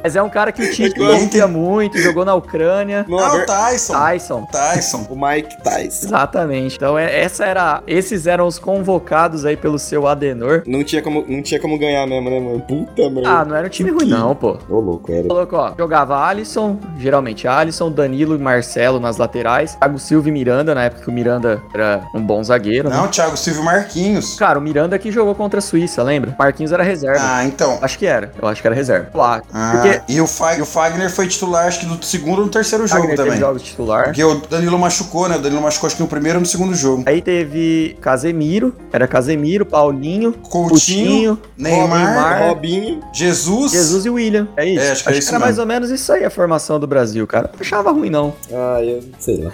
E: Mas é um cara que o Tite
G: Ninguém
E: confia muito, jogou na Ucrânia.
G: Não,
F: Ah,
G: agora-
F: o Tyson.
E: Tyson.
F: Tyson.
G: O Mike Tyson.
E: Exatamente. Então, é- essa era, esses eram os convocados aí pelo seu Adenor.
G: Não tinha, como, não tinha como ganhar mesmo, né, mano? Puta, mano.
E: Ah, não era um time ruim, não, pô.
G: Ô, louco, era.
E: Colocou, ó, jogava Alisson, geralmente Alisson, Danilo e Marcelo nas laterais, Thiago Silva e Miranda, na época que o Miranda era um bom zagueiro, né?
F: Não, Thiago Silva e Marquinhos.
E: Cara, o Miranda que jogou contra a Suíça, lembra? Marquinhos era reserva.
F: Ah, então.
E: Acho que era, eu acho que era reserva. Lá,
F: Ah,
E: porque
F: e o, Fa- e o Fagner foi titular, acho que do segundo ou do terceiro jogo
E: Wagner teve né?
F: também.
E: jogos titular.
F: Porque o Danilo machucou, né? O Danilo machucou acho que no primeiro ou no segundo jogo.
E: Aí teve Casemiro, era Casemiro, Paulinho,
F: Coutinho,
E: Coutinho,
F: Neymar,
E: Neymar,
G: Robinho.
F: Jesus.
E: Jesus e William. É isso.
F: É, acho
E: acho
F: que
E: que,
F: é isso
E: era
F: mesmo.
E: mais ou menos isso aí a formação do Brasil, cara. Não achava ruim, não.
G: Ah, eu sei lá.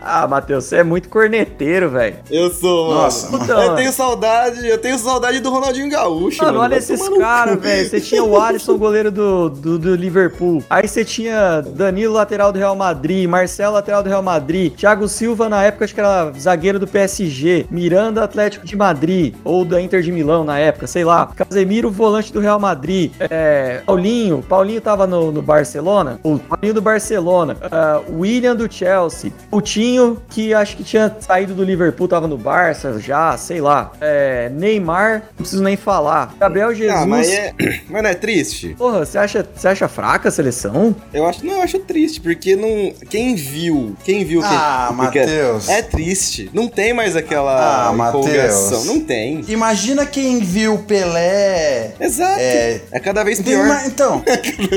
E: Ah, Matheus, você é muito corneteiro, velho.
G: Eu sou, mano.
F: Nossa, Então, mano.
E: Puta,
G: eu
E: mano.
G: tenho saudade, eu tenho saudade do Ronaldinho Gaúcho, mano.
E: Mano, olha
G: Vai
E: esses
G: tomar no
E: caras,
G: cu.
E: velho. Você tinha o Alisson, goleiro do, do, do Liverpool. Aí você tinha Danilo, lateral do Real Madrid. Marcelo, lateral do Real Madrid. Thiago Silva, na época, acho que era zagueiro do PSG. Miranda, Atlético de Madrid. Ou da Inter de Milão, na época, sei lá. Casemiro, volante do Real Madrid. É, Paulinho. Paulinho tava no, no Barcelona. O Paulinho do Barcelona. Ah, William do Chelsea. Coutinho, que acho que tinha saído do Liverpool, tava no Barça já, sei lá. É, Neymar, não preciso nem falar. Gabriel Jesus.
G: Ah, mas é. *clears throat* Mas não é triste?
E: Porra, você acha, você acha fraca a seleção?
G: Eu acho. Não, eu acho triste, porque não. Quem viu? Quem viu
F: Ah,
G: quem, porque
F: Matheus.
G: É triste. Não tem mais aquela
F: Ah, Matheus.
G: empolgação. Não tem.
F: Imagina quem viu o Pelé.
G: Exato.
F: É.
G: É cada vez
F: Tem
G: pior.
F: uma- então,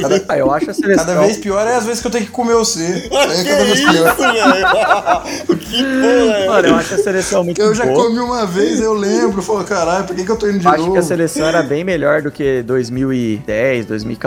F: cada,
E: Ah, eu acho a seleção.
F: cada vez pior é as vezes que eu tenho que comer o *laughs* C.
G: Ah,
F: É
G: *laughs* que
F: cada vez
G: isso,
F: pior.
G: velho? *laughs* que porra é?
E: Mano, eu acho a seleção muito
F: Eu já
E: boa.
F: comi uma vez, eu lembro. Falo, caralho, por que, que eu tô indo de
E: Acho
F: novo?
E: que a seleção era bem melhor do que 2010,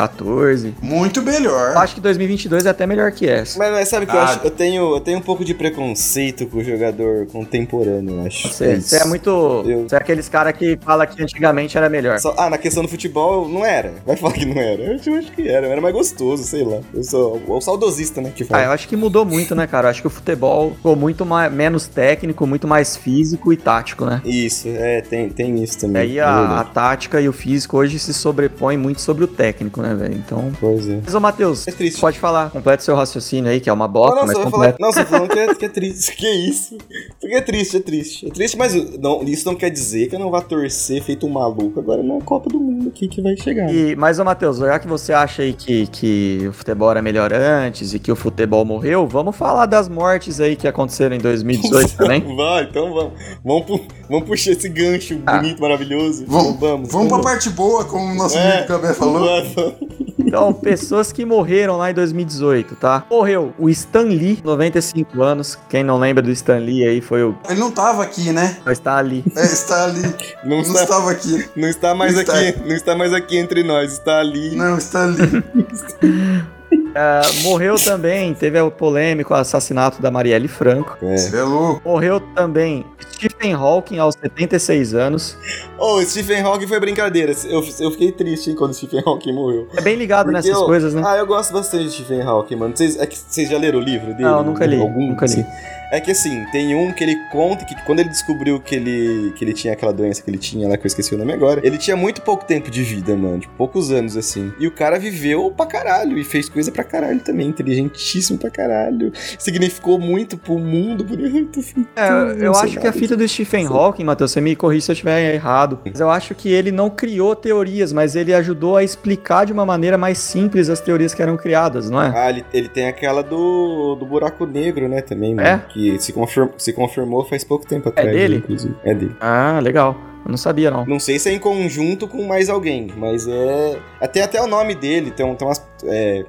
E: 2014.
F: Muito melhor.
E: Acho que 2022 é até melhor que essa.
G: Mas, mas sabe o que eu
F: Ah.
G: acho? Eu tenho, eu tenho um pouco de preconceito com o jogador contemporâneo, eu acho.
E: Você,
G: Isso.
E: você é muito.
G: Eu-
E: Você é aqueles caras que fala que antigamente era melhor.
G: Só- ah, na questão do futebol, não era. Vai falar que não era. Eu acho- eu acho que era. Era mais gostoso, sei lá. Eu sou o saudosista, né? Que
E: Ah,
G: fala.
E: eu acho que mudou muito, né, cara? Eu acho que o futebol ficou muito mais, menos técnico, muito mais físico e tático, né?
G: Isso, é, tem, tem isso
E: E
G: também.
E: aí
G: É
E: a, a
G: verdade.
E: tática e o físico hoje se sobrepõem muito sobre o técnico, né, velho? Então.
G: Pois é.
E: Mas, ô, Matheus,
G: É triste.
E: pode falar. Completa seu raciocínio aí, que é uma
G: Não,
E: bosta,
G: não,
E: mas
G: só vou falar,
E: completa.
G: não, só falando que é, que é triste. Que isso? Porque é triste, é triste. É triste, mas não, isso não quer dizer que eu não vá torcer feito um maluco agora na Copa do Mundo aqui que vai chegar.
E: E, mas, ô Matheus, já que você acha aí que, que o futebol era melhor antes e que o futebol morreu, vamos falar das mortes aí que aconteceram em 2018
G: *laughs*
E: também?
G: Vai, então vamos. Vamos, pu- vamos puxar esse gancho
E: Ah.
G: bonito, maravilhoso. Então
F: Vamos, vamos pra parte É. boa, como o nosso amigo Cabé falou.
G: vamos.
E: Então, pessoas que morreram lá em 2018, tá? Morreu o Stan Lee, 95 anos. Quem não lembra do Stan Lee aí foi o.
F: Ele não tava aqui, né?
E: Mas tá ali.
F: É, está ali.
G: Não
F: Não
G: está,
F: estava aqui.
G: não está mais
F: Não
G: aqui, não está mais aqui entre nós, está ali.
F: Não, está ali.
E: Ah, morreu também, teve o polêmico assassinato da Marielle Franco.
G: É.
F: Você é louco.
E: Morreu também Stephen Hawking aos 76 anos.
G: Oh, Stephen Hawking foi brincadeira. Eu, eu fiquei triste hein, quando Stephen Hawking morreu.
E: É bem ligado
G: Porque
E: nessas
G: eu-
E: coisas, né?
G: Ah, eu gosto bastante de Stephen Hawking, mano. Vocês, é que vocês já leram o livro dele?
E: Não, nunca li,
G: Algum,
E: nunca li.
G: assim? É que assim, tem um que ele conta que quando ele descobriu que ele, que ele tinha aquela doença que ele tinha lá, que eu esqueci o nome agora, ele tinha muito pouco tempo de vida, mano. Tipo, poucos anos, assim. E o cara viveu pra caralho e fez coisa pra caralho também. Inteligentíssimo pra caralho. Significou muito pro mundo, por
E: É, eu acho que a fita do Stephen Hawking, Matheus, você me corrige se eu estiver errado, mas eu acho que ele não criou teorias, mas ele ajudou a explicar de uma maneira mais simples as teorias que eram criadas, não é?
G: Ah, ele, ele tem aquela do, do buraco negro, né, também, mano.
E: É?
G: Que se, confirm- se confirmou faz pouco tempo atrás. né,
E: dele?
G: Inclusive. É dele.
E: Ah, legal. Eu não sabia, não.
G: Não sei se é em conjunto com mais alguém, mas é. Até até o nome dele, tem, um- tem umas. É,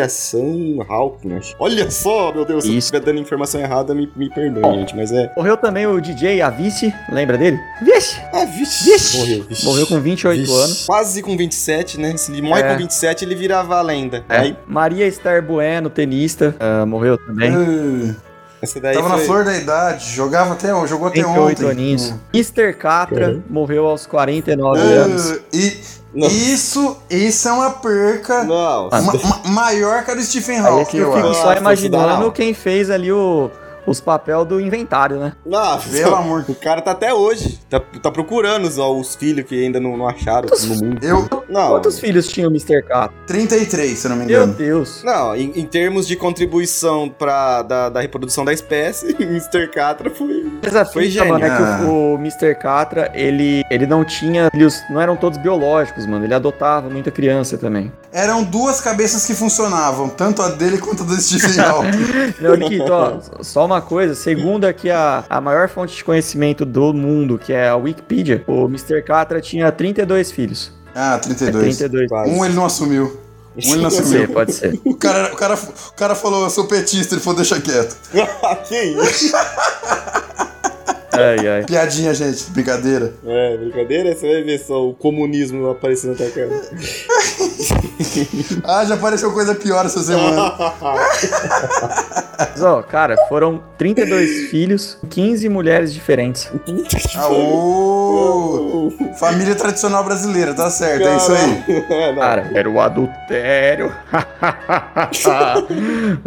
G: radiciação Hawking, acho. Olha só, meu Deus, se eu
E: Isso.
G: estiver dando informação errada, me, me perdoe, gente, mas é.
E: Morreu também o DJ Avicii, lembra dele? Vixe!
G: Ah, vixe!
E: Vixe!
G: Morreu, vixe.
E: Morreu com 28
G: Vixe.
E: anos.
G: Quase com 27, né? Se ele morre
E: É.
G: com 27, ele virava a lenda. Aí,
E: Maria Esther Bueno, tenista, ah, morreu também.
F: Ah,
G: essa daí
F: Tava na
G: foi...
F: flor da idade. Jogava até, on- jogou até
E: 38
F: ontem.
E: aninhos. Mr. Catra morreu aos 49 anos.
F: Ah, e
G: Não.
F: isso, isso é uma perca
G: Não.
E: Ah,
F: ma- ma- maior que a do Stephen
E: Aí é que
F: Hawking,
E: eu
F: eu
E: fico só
F: acho.
G: Nossa, isso dá
E: imaginando
G: não.
E: quem fez ali o, os papel do inventário, né?
G: Nossa,
F: Pelo amor de
G: o cara tá até hoje. Tá, tá procurando os, ó, os filhos que ainda não, não acharam
E: Quantos-
G: no mundo.
F: Eu,
G: Não.
E: Quantos filhos tinha o Mr. Catra?
F: 33, se eu não me
E: Meu
F: engano.
E: Deus.
G: Não, em, em termos de contribuição pra, da, da reprodução da espécie, *laughs* Mr. Catra foi. *laughs* Foi
E: Desafio
G: gênio.
E: mano, é que
F: Ah.
E: o, o Mr. Catra, ele, ele não tinha filhos, não eram todos biológicos, mano. Ele adotava muita criança também.
F: Eram duas cabeças que funcionavam, tanto a dele quanto a do
E: *laughs*
F: Stephen Hawking.
E: Leonito,
G: *laughs*
E: ó, só uma coisa. Segundo aqui a, a maior fonte de conhecimento do mundo, que é a Wikipedia, o Mr. Catra tinha 32 filhos.
F: Ah,
E: É
F: 32.
E: 32.
G: Quase.
F: Um ele não assumiu. Um ele não
E: Pode
F: assumiu.
E: ser, pode ser.
F: O cara, o, cara, o cara falou, eu sou petista, ele falou, deixa quieto.
G: Ah, que isso?
E: Ai, ai.
F: Piadinha, gente, brincadeira.
G: É, brincadeira? Você vai ver só o comunismo aparecendo na tua cara.
F: Ah, já apareceu coisa pior essa
G: Ah,
F: semana. Ah,
E: Mas, ó, cara, foram 32 filhos, 15 mulheres diferentes.
F: Aô! Família tradicional brasileira, tá certo, é isso aí.
G: É, não.
E: Cara, era o adultério. *laughs*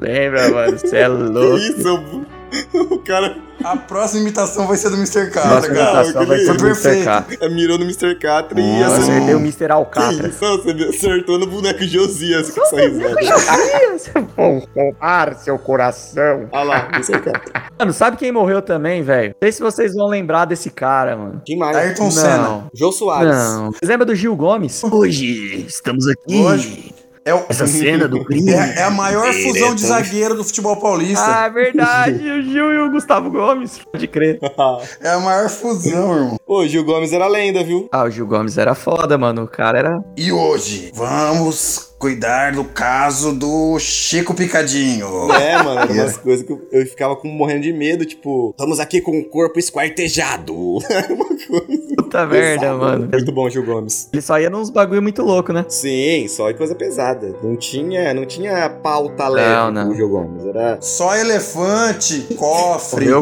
E: Lembra, mano? Você é
G: Que
E: louco.
G: isso? O- O cara
F: A próxima imitação vai ser do tá Mr. Cara,
E: Nossa
F: cara.
E: imitação vai ser
F: Foi
E: do Mr.
F: perfeito.
E: Catra.
G: mirou no Mr. Catra e
F: Nossa.
E: Eu
G: acertou.
E: acertei o Mr.
G: Que
E: Alcatra.
G: isso? Você me acertou no boneco Josias com essa
E: *laughs*
G: risada.
E: Vou roubar seu coração.
G: Olha lá, Mr. Catra.
E: Mano, sabe quem morreu também, velho? Não sei se vocês vão lembrar desse cara, mano.
G: Quem mais?
F: Ayrton
E: Não.
F: Senna.
G: Jô Soares.
E: Não. Vocês lembram do Gil Gomes?
H: Hoje estamos aqui.
F: Hoje. É, o-
H: Essa cena do crime.
F: *laughs* é- é a maior fusão de zagueiro do futebol paulista.
E: Ah, é *laughs* verdade. O Gil e o Gustavo Gomes. Pode crer.
F: É a maior fusão, irmão.
G: *laughs* Ô, Gil Gomes era lenda, viu?
E: Ah, o Gil Gomes era foda, mano. O cara era.
F: E hoje, vamos cuidar do caso do Chico Picadinho.
G: É, mano,
E: *laughs*
G: eram umas coisas que eu, eu ficava com, morrendo de medo, tipo, estamos aqui com o corpo esquartejado. Uma coisa
E: Puta merda,
G: *laughs* pesada.
E: mano.
G: Muito bom, Gil Gomes.
E: Ele só ia nos bagulho muito louco, né?
G: Sim, só é coisa pesada. Não tinha, não tinha pauta leve
E: não.
G: com o Gil Gomes. Era.
F: Só elefante, cofre,
G: *laughs*
E: Meu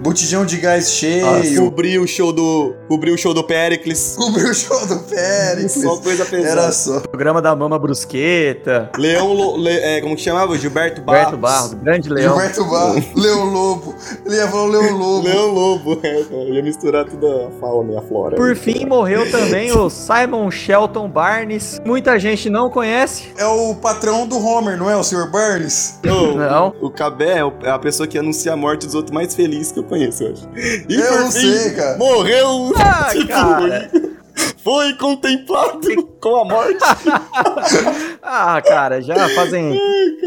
F: botijão de gás cheio,
G: Cobriu o show do. Cobriu o show do Pericles.
F: cobriu o show do Pérez.
G: Só coisa pesada.
F: Era só.
E: Programa da Mama Brusqueta.
G: Leão. Lo- Le- é, como que chamava? Gilberto Barros.
E: Roberto Barros, grande leão.
F: Gilberto Bar, Leo Lobo. Ele ia falar o Leo Lobo.
G: Leão Lobo. *laughs* É, eu ia misturar toda a fauna e a flora.
E: Por fim, morreu também o Simon Shelton Barnes. Muita gente não conhece.
F: É o patrão do Homer, não é? O Sr. Burns? *laughs*
G: Ô,
E: Não.
G: O Cabé é o- é a pessoa que anuncia a morte dos outros mais feliz que eu conheço, eu acho. E
F: Eu
G: por
F: não
G: fim,
F: sei, cara.
G: *laughs* Morreu!
E: Ah,
G: Tipo,
E: cara.
G: foi contemplado com a morte.
E: Ah, cara, já *laughs* fazem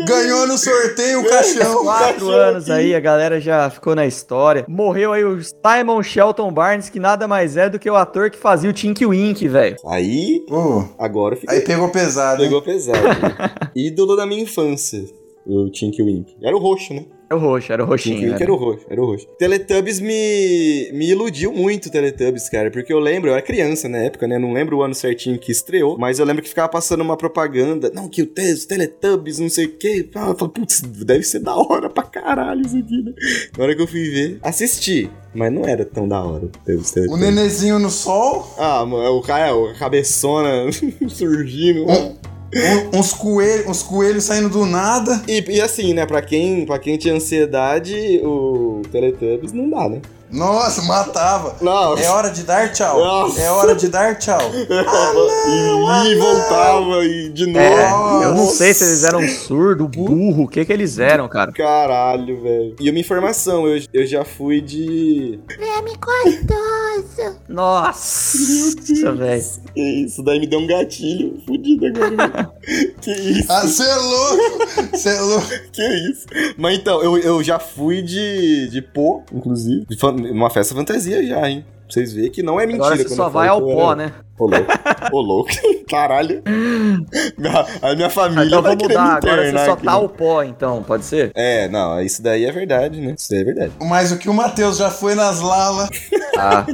F: Ganhou no sorteio o caixão.
E: quatro anos aí, a galera já ficou na história. Morreu aí o Simon Shelton Barnes, que nada mais é do que o ator que fazia o Tinky Wink, velho.
G: Aí,
F: Pô,
G: agora eu fiquei...
F: aí pegou pesado. né? hein?
G: Pegou pesado.
F: *laughs*
G: Ídolo da minha infância, o Tinky Wink. Era o roxo, né?
E: Era o roxo, era o
G: Tinky
E: roxinho. né?
G: Wink era o roxo, era o roxo. Teletubbies me, me iludiu muito, Teletubbies, cara. Porque eu lembro, eu era criança na época, né? Não lembro o ano certinho que estreou, mas eu lembro que ficava passando uma propaganda. Não, que o te- os Teletubbies, não sei o quê. Ah, eu falei, putz, deve ser da hora pra caralho isso aqui, né? Na hora que eu fui ver, assisti. Mas não era tão da hora os
F: O
G: Teletubbies.
F: Um nenezinho no sol,
G: Ah, mano, o cara, o cabeçona *laughs* surgindo.
F: um- uns, coelho, uns coelhos saindo do nada.
G: E, e assim, né, pra quem, pra quem tinha ansiedade, o Teletubbies não dá, né?
F: Nossa, matava.
G: Não.
F: É hora de dar tchau.
G: Nossa.
F: É hora de dar tchau.
G: e, e voltava e de novo.
E: É, eu não
F: Nossa.
E: sei se eles eram surdo, burro, o que que eles eram, cara.
G: Caralho, velho. E uma informação, eu, eu já fui de.
E: Nossa, velho.
G: Que isso, daí me deu um gatilho fudido
E: *laughs*
G: agora. velho. que isso,
F: Ah, cê é louco! Cê é louco!
G: que isso. Mas então, eu, eu já fui de, de pô, inclusive. De fan- uma festa fantasia já, hein? Pra vocês verem que não é mentira.
E: Agora você
G: quando
E: só
G: eu
E: vai
G: falo Então
E: ao pó,
G: que eu era- *laughs*
E: né?
G: Ô louco, ô louco, *laughs*
E: *laughs*
G: caralho. Minha- a minha família
E: Então
G: tá
E: vamos
G: querendo
E: mudar, agora você
G: internar
E: só
G: aqui,
E: tá
G: né?
E: o pó, então, pode ser?
G: É, não, isso daí é verdade, né? Isso daí é verdade.
F: Mas o que o Matheus já foi nas lalas.
E: *laughs* Ah.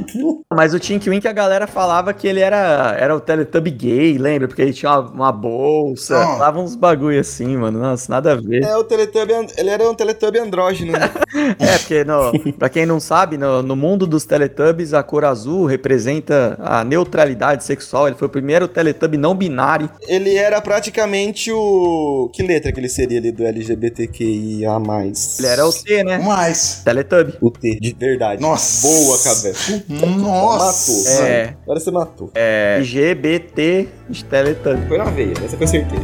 E: Mas o Tinky Wink, a galera falava que ele era, era o Teletubby gay, lembra? Porque ele tinha uma, uma bolsa,
F: Ah.
E: falava uns bagulho assim, mano. Nossa, nada a ver.
G: *laughs* É, o Teletubby, and- ele era um Teletubby andrógeno. né?
E: É, porque no, pra quem não sabe, no, no mundo dos Teletubbies, a cor azul representa a neutralidade sexual. Ele foi o primeiro Teletubby não binário.
G: ele era praticamente o... Que letra que ele seria ali do LGBTQIA+.
E: Ele era o C, né?
F: Mais.
E: Teletubby.
G: O T, de verdade.
F: Nossa.
G: Boa, cabeça.
F: Nossa.
G: Matou.
E: É.
G: Agora você matou.
E: É. GBT de Teletubby.
G: Foi na veia, essa eu acertei.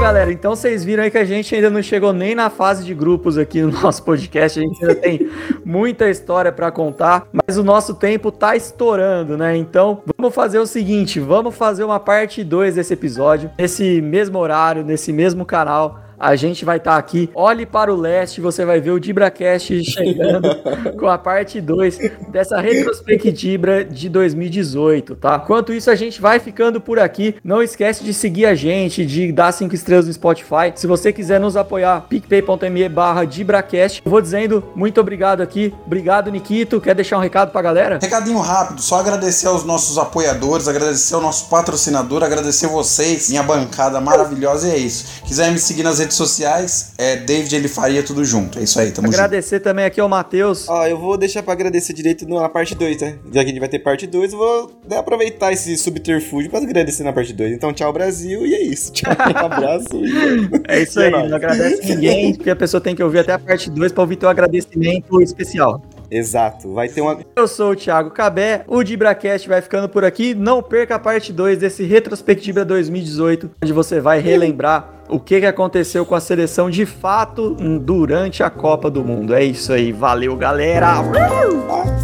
E: Galera, então vocês viram aí que a gente ainda não chegou nem na fase de grupos aqui no *laughs* nosso podcast. A gente ainda tem muita história pra contar, mas o nosso tempo tá estourando, né? Então, vamos fazer o seguinte, vamos fazer uma parte 2 desse episódio, nesse mesmo horário, nesse mesmo canal. A gente vai estar aqui. Olhe para o leste, você vai ver o DibraCast chegando com a parte 2 dessa retrospectiva de 2018, tá? Enquanto isso, a gente vai ficando por aqui. Não esquece de seguir a gente, de dar 5 estrelas no Spotify. Se você quiser nos apoiar, picpay.me barra DibraCast. Eu Vou dizendo muito obrigado aqui. Obrigado, Nikito. Quer deixar um recado pra galera?
F: Recadinho rápido, só agradecer aos nossos apoiadores, agradecer ao nosso patrocinador, agradecer vocês, minha bancada maravilhosa, e é isso. Quiser me seguir nas redes sociais, é David Ele Faria tudo junto. É isso aí, tamo junto.
E: Agradecer também aqui ao Matheus.
G: Ó, eu vou deixar pra agradecer direito na parte 2, tá? Já que a gente vai ter parte 2, eu vou né, aproveitar esse subterfúgio pra agradecer na parte 2. Então, tchau, Brasil, e é isso. Tchau, *laughs* um
E: *laughs*
G: abraço. e-
E: É isso
G: e
E: aí,
G: nóis.
E: não agradece ninguém, porque a pessoa tem que ouvir até a parte 2 para ouvir teu agradecimento especial.
G: Exato, vai ter uma.
E: Eu sou o Thiago Cabé, o DibraCast vai ficando por aqui. Não perca a parte 2 desse Retrospectiva 2018, onde você vai relembrar o que que aconteceu com a seleção de fato durante a Copa do Mundo. É isso aí, valeu galera!
G: Ah,